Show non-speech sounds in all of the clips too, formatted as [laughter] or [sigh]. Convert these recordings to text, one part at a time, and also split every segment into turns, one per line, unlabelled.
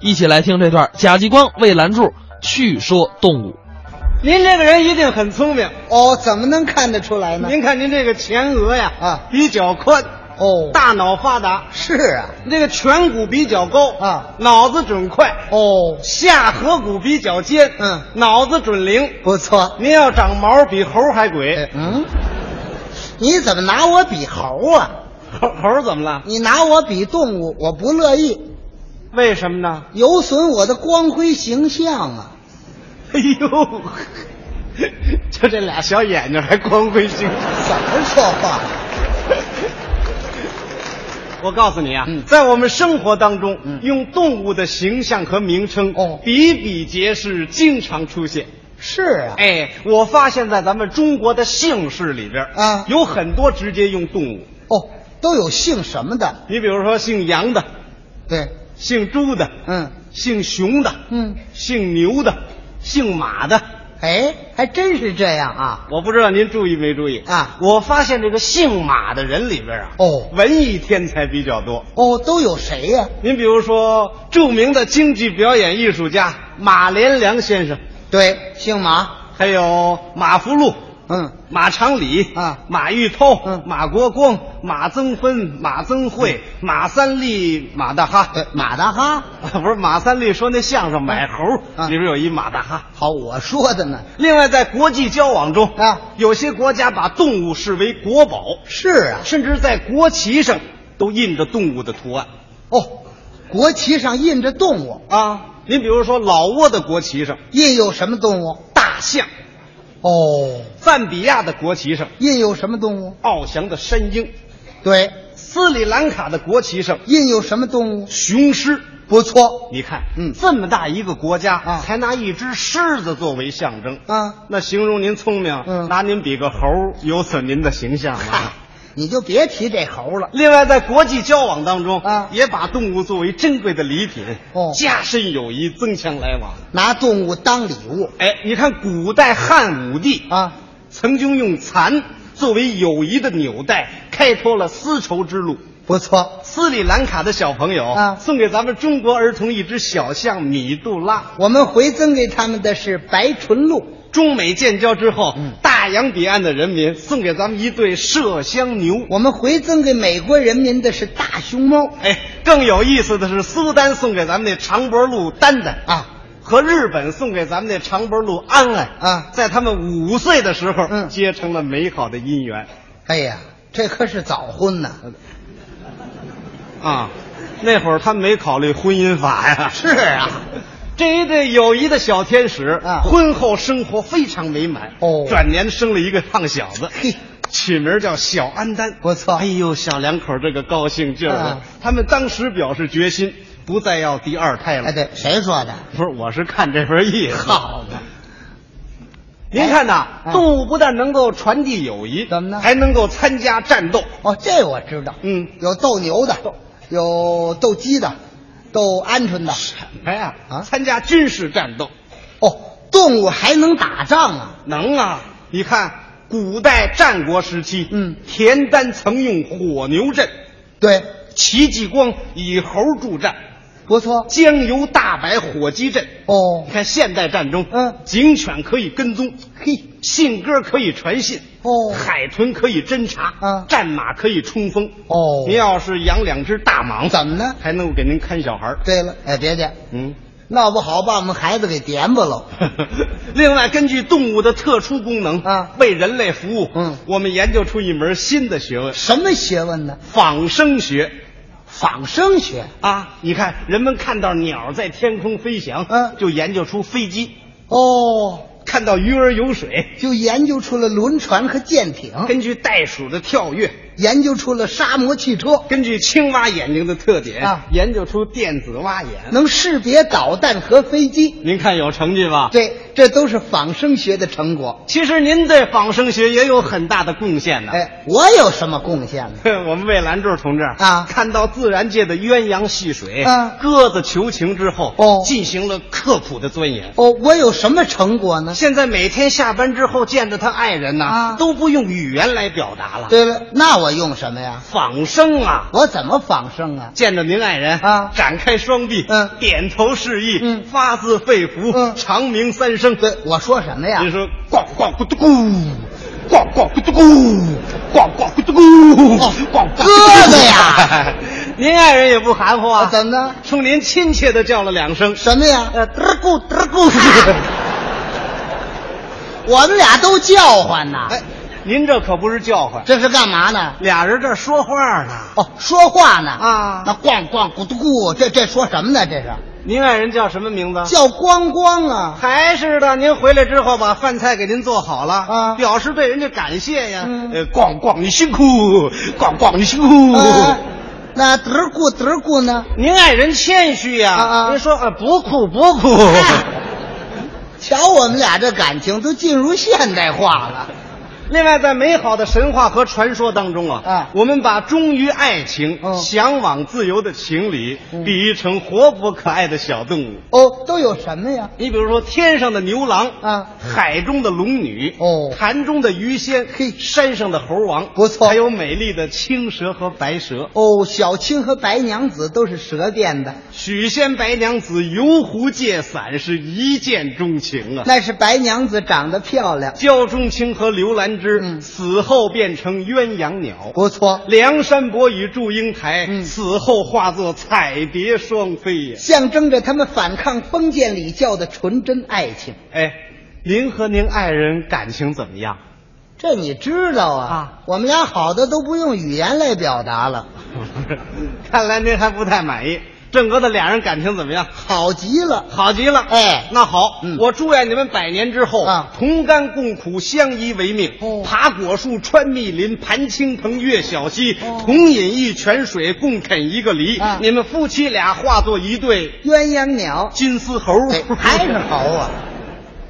一起来听这段贾继光为拦住去说动物。
您这个人一定很聪明，
哦，怎么能看得出来呢？
您看您这个前额呀，
啊
比较宽，
哦，
大脑发达，
是啊，
这个颧骨比较高
啊，
脑子准快，
哦，
下颌骨比较尖，
嗯，
脑子准灵。
不错。
您要长毛比猴还鬼，
哎嗯，你怎么拿我比猴啊？
猴猴怎么了？
你拿我比动物，我不乐意，
为什么呢？
有损我的光辉形象啊！
哎呦， [laughs] 就这俩小眼睛还光辉星闪。
怎么说话？
我告诉你啊，
嗯
在我们生活当中，
嗯
用动物的形象和名称，
哦
比比皆是，经常出现。
是啊，
哎，我发现，在咱们中国的姓氏里边，
啊
有很多直接用动物。
哦，都有姓什么的？
你比如说，姓杨的、
对，
姓朱的、
嗯
姓熊的、
嗯，
姓牛的、姓马的。
哎，还真是这样啊！
我不知道您注意没注意
啊
我发现这个姓马的人里边啊，
哦
文艺天才比较多。
哦，都有谁呀、
您比如说，著名的京剧表演艺术家马连良先生，
对，姓马，
还有马福禄、
嗯，
马长礼
啊
马玉涛、
嗯
马国光、马增芬、马增惠、马三立、马大哈。
对，嗯呃马大哈。
[laughs] 不是马三立说那相声买猴、
啊
里边有一马大哈。
好，我说的呢。
另外，在国际交往中
啊
有些国家把动物视为国宝，
是啊，
甚至在国旗上都印着动物的图案
哦，国旗上印着动物，
啊。您比如说老挝的国旗上
印有什么动物？
大象，
哦，
赞比亚的国旗上
印有什么动物？
翱翔的山鹰，
对，
斯里兰卡的国旗上
印有什么动物？
雄狮。
不错，
你看，
嗯
这么大一个国家，
啊
还拿一只狮子作为象征，
啊，
那形容您聪明，
嗯
拿您比个猴儿，有损您的形象啊
嗨。，你就别提这猴了。
另外，在国际交往当中，
啊
也把动物作为珍贵的礼品，
哦
加深友谊，增强来往。
拿动物当礼物
哎，你看，古代汉武帝
啊，
曾经用蚕作为友谊的纽带，开拓了丝绸之路。
不错。
斯里兰卡的小朋友
啊
送给咱们中国儿童一只小象米杜拉。
我们回赠给他们的是白唇鹿，
中美建交之后，
嗯
大洋彼岸的人民送给咱们一对麝香牛。
我们回赠给美国人民的是大熊猫
哎，更有意思的是，苏丹送给咱们那长脖鹿丹丹
啊，
和日本送给咱们那长脖鹿安安
啊
在他们五岁的时候，
嗯
结成了美好的姻缘
哎呀，这可是早婚呐！
啊。那会儿他没考虑婚姻法呀。
是啊，
[laughs] 这一对友谊的小天使
啊
婚后生活非常美满
哦
转年生了一个胖小子，
嘿，
起名叫小安丹，
不错
哎呦，小两口这个高兴劲儿啊
啊！
他们当时表示决心，不再要第二胎了。
哎，对，谁说的？
不是，我是看这份意思。
好嘛，
您看呐，
哎
动物不但能够传递友谊，
怎么呢
还能够参加战斗。
哦，这我知道。
嗯
有斗牛的，有斗鸡的，斗鹌鹑的。
哎呀，
啊
参加军事战斗
哦，动物还能打仗啊！
能啊！你看，古代战国时期，
嗯
田丹曾用火牛阵，
对，
戚继光以猴助战，
不错。
江油大摆火鸡阵。
哦
你，看现代战争，
嗯
警犬可以跟踪，
嘿，
信鸽可以传信，
哦
海豚可以侦查，
嗯
战马可以冲锋。
哦
您要是养两只大蟒，
怎么呢？
还能够给您看小孩儿
对了，哎，别介，
嗯。 [laughs]
闹不好把我们孩子给点吧喽。
另外，根据动物的特殊功能
啊
为人类服务，
嗯
我们研究出一门新的学问
什么学问呢
——？仿生学。
仿生学。
啊，你看，人们看到鸟在天空飞翔，
嗯
就研究出飞机；
哦，
看到鱼儿游水，
就研究出了轮船和舰艇，
根据袋鼠的跳跃，
研究出了沙漠汽车，
根据青蛙眼睛的特点
啊
研究出电子蛙眼。
能识别导弹和飞机。
您看有成绩吧？
对，这都是仿生学的成果。
其实您对仿生学也有很大的贡献呢。
哎，我有什么贡献呢？
[laughs] 我们魏兰柱同志
啊
看到自然界的鸳鸯戏水、
啊
鸽子求情之后，
哦
进行了刻苦的钻研。
哦，我有什么成果呢？
现在每天下班之后见着他爱人呐、
啊
都不用语言来表达了。
对了，那我用什么呀？
仿生啊，
我怎么仿生啊？
见着您爱人
啊
展开双臂，
嗯
点头示意，
嗯
发自肺腑，
嗯
长鸣三声。
对，我说什么呀
您？说咣咣咕嘟咕，咣咣咕嘟咕，咣咣咕嘟咕，咣咣咕嘟咕
鸽子
[laughs]
呀！
您爱人也不含糊啊，
啊怎么呢？
冲您亲切的叫了两声，
什么呀？
呃，嘚儿咕嘚儿 [laughs] 咕。
我们俩都叫唤呐。
哎，您这可不是叫唤，
这是干嘛呢？
俩人这说话呢。
哦，说话呢
啊
那咣咣咕嘟咕，这这说什么呢？这是
您爱人叫什么名字？
叫光光啊！
还是的，您回来之后把饭菜给您做好了
啊
表示对人家感谢呀。
嗯
呃，咣咣你
[laughs]
辛苦，咣咣你辛苦。
啊那嘚儿咕嘚儿咕呢？
您爱人谦虚呀、
啊啊
您说啊，不苦不苦。
哎瞧我们俩这感情都进入现代化了。
[laughs] 另外，在美好的神话和传说当中啊，
啊
我们把忠于爱情、
嗯
向往自由的情理
嗯
比喻成活泼可爱的小动物。
哦，都有什么呀？
你比如说，天上的牛郎
啊
海中的龙女
哦
潭中的鱼仙，
嘿
山上的猴王，
不错
还有美丽的青蛇和白蛇。
哦，小青和白娘子都是蛇变的，
许仙白娘子游湖借伞是一见钟情啊！
那是白娘子长得漂亮，
焦仲卿和刘兰芝、
嗯
死后变成鸳鸯鸟，
不错，
梁山伯与祝英台、
嗯
死后化作彩蝶双飞呀！
象征着他们反抗封建礼教的纯真爱情。
哎，您和您爱人感情怎么样？ [laughs]
这你知道啊？
啊
我们俩好的都不用语言来表达了，
看来您还不太满意。郑哥的俩人感情怎么样？
好极了。
好极了，
哎
那好，
嗯
我祝愿你们百年之后
啊
同甘共苦，相依为命，
哦
爬果树，穿密林，盘青藤，越小溪，
哦
同饮一泉水，共啃一个梨，
啊
你们夫妻俩化作一对
鸳鸯鸟，
金丝猴
哎，还是猴啊！
[laughs]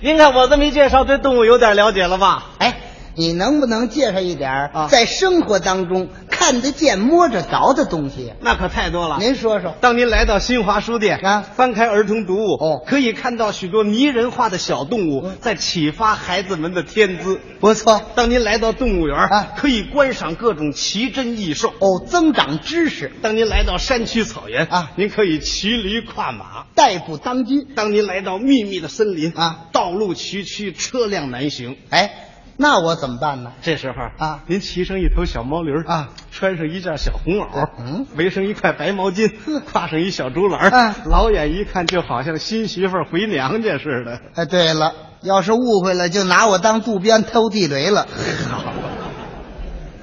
您看我这么一介绍，对动物有点了解了吧？
哎，你能不能介绍一点儿
啊
在生活当中看得见、摸着着的东西？
那可太多了。
您说说。
当您来到新华书店
啊
翻开儿童读物，
哦
可以看到许多拟人化的小动物，在启发孩子们的天资。
不错
当您来到动物园
啊
可以观赏各种奇珍异兽。
哦，增长知识，
当您来到山区草原
啊
您可以骑驴跨马。
逮捕当局。
当您来到密密的森林
啊，
道路崎岖，车辆难行。
哎，那我怎么办呢？
这时候
啊
您骑上一头小毛驴儿
啊，
穿上一件小红袄，
嗯
围上一块白毛巾
呵，
挎上一小竹篮儿，
嗯
老远一看就好像新媳妇儿回娘家似的。
哎，对了，要是误会了，就拿我当渡边偷地雷了。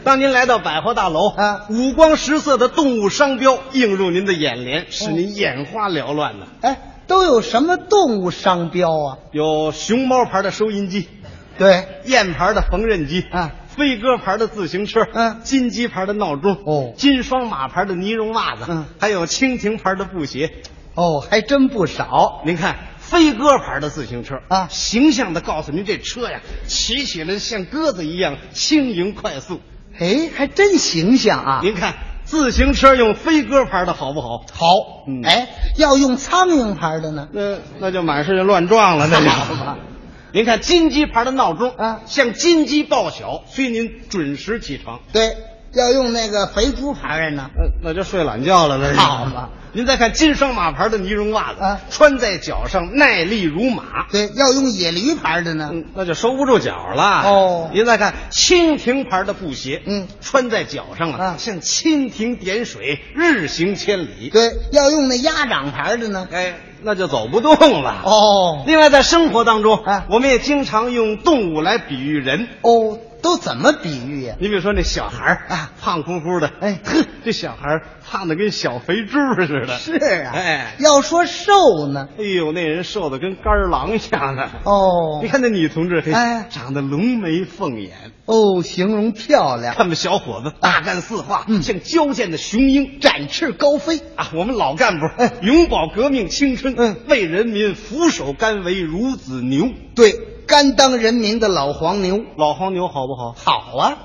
当您来到百货大楼，
啊
五光十色的动物商标映入您的眼
哦
帘，使您眼花缭乱呢。
哎，都有什么动物商标啊？
有熊猫牌的收音机，
对，
燕牌的缝纫机
啊，
飞鸽牌的自行车，
嗯
金鸡牌的闹钟，
哦
金双马牌的呢绒袜子，
嗯
还有蜻蜓牌的布鞋。
哦，还真不少。
您看，飞鸽牌的自行车
哦啊
形象的告诉您这车呀，骑起来像鸽子一样轻盈快速。
哎，还真形象啊。
您看，自行车用飞鸽牌的好不好？
好
嗯
哎，要用苍蝇牌的呢？
那那就满世界乱撞了，
[laughs]
那
好吧
就。您看金鸡牌的闹钟
啊
像金鸡报晓，催您准时起床。
对，要用那个肥猪牌的呢？
呃那那就睡懒觉了，那是
好嘛。
您再看金双马牌的呢绒袜子，
啊
穿在脚上耐力如马，
对，要用野驴牌的呢？
嗯，那就收不住脚了。
哦
您再看蜻蜓牌的布鞋，
嗯
穿在脚上啊，
啊
像蜻蜓点水，日行千里。
对，要用那鸭掌牌的呢？
哎，那就走不动了。
哦
另外，在生活当中，
啊
我们也经常用动物来比喻人。
哦，都怎么比喻呀？
你比如说那小孩儿
啊
胖乎乎的，
哎
呵，这小孩儿胖的跟小肥猪似的。
是啊，
哎
要说瘦呢，
哎呦，那人瘦的跟肝儿狼一样的。
哦
你看那女同志，嘿
哎
长得龙眉凤眼，
哦，形容漂亮，
看们小伙子大干似画，
哎嗯
像矫健的雄鹰展翅高飞啊！我们老干部、
哎
永葆革命青春，
嗯
为人民俯首甘为孺子牛。
对，甘当人民的老黄牛，
老黄牛好不好？
好啊，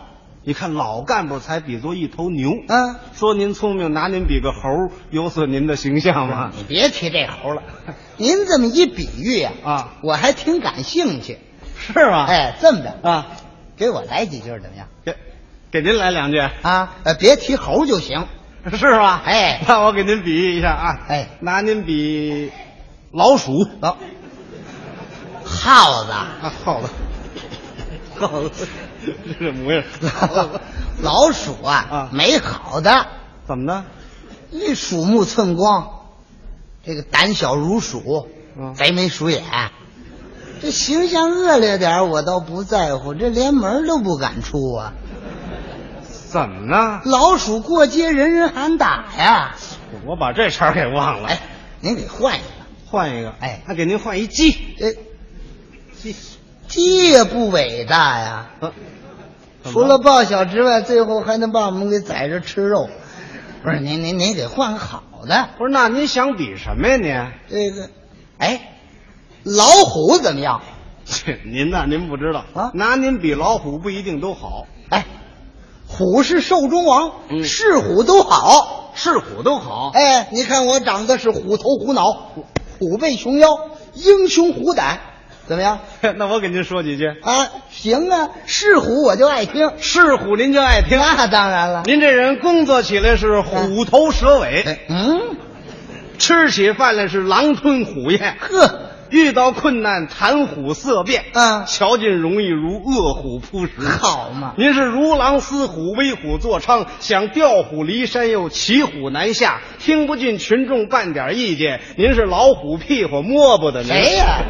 你看老干部才比作一头牛。
啊，
说您聪明，拿您比个猴儿，有损您的形象吗？
你别提这猴了，您这么一比喻呀、
啊
我还挺感兴趣。
是吗？
哎，这么着，
啊，
给我来几句怎么样？
给给您来
[laughs]
两句，
啊，呃，别提猴就行。
是吗？
哎
[laughs] 那我给您比一下啊。
哎哦
拿您比老鼠
走，耗
[laughs]
子，
啊，耗子，耗子， [laughs] 这模样。
老鼠啊，
啊
没好的，
[laughs] 怎么呢？
那鼠目寸光，这个胆小如鼠，
嗯
贼眉鼠眼，这形象恶劣点儿我倒不在乎，这连门儿都不敢出啊。
怎么呢？
老鼠过街，人人喊打呀。
我把这茬儿给忘了。
哎，您给换一个，
换一个。
哎
那给您换一鸡。
这
鸡。
鸡也不伟大呀。
啊怎
除
么
了报晓之外，最后还能把我们给宰着吃肉。不是您您您给换个好的，
不是，那您想比什么呀您？
这个，哎，老虎怎么样？
切 [laughs] 您呐、您不知道
啊
拿您比老虎不一定都好，
哎，虎是兽中王，
嗯
是虎都好。
是虎都好。
哎，你看我长得是虎头虎脑，虎背熊腰，英雄虎胆，怎么样？
[laughs] 那我给您说几句，
啊，行啊，是虎我就爱听。
是虎您就爱听。啊
那当然了。
您这人工作起来是虎头蛇尾，
哎嗯，
吃起饭来是狼吞虎咽，
呵，
遇到困难谈虎色变，
啊
瞧见容易如饿虎扑食。
好嘛，
您是如狼似虎，威虎作伥，想调虎离山又骑虎难下，听不进群众半点意见。您是老虎屁股摸不得您。
谁呀、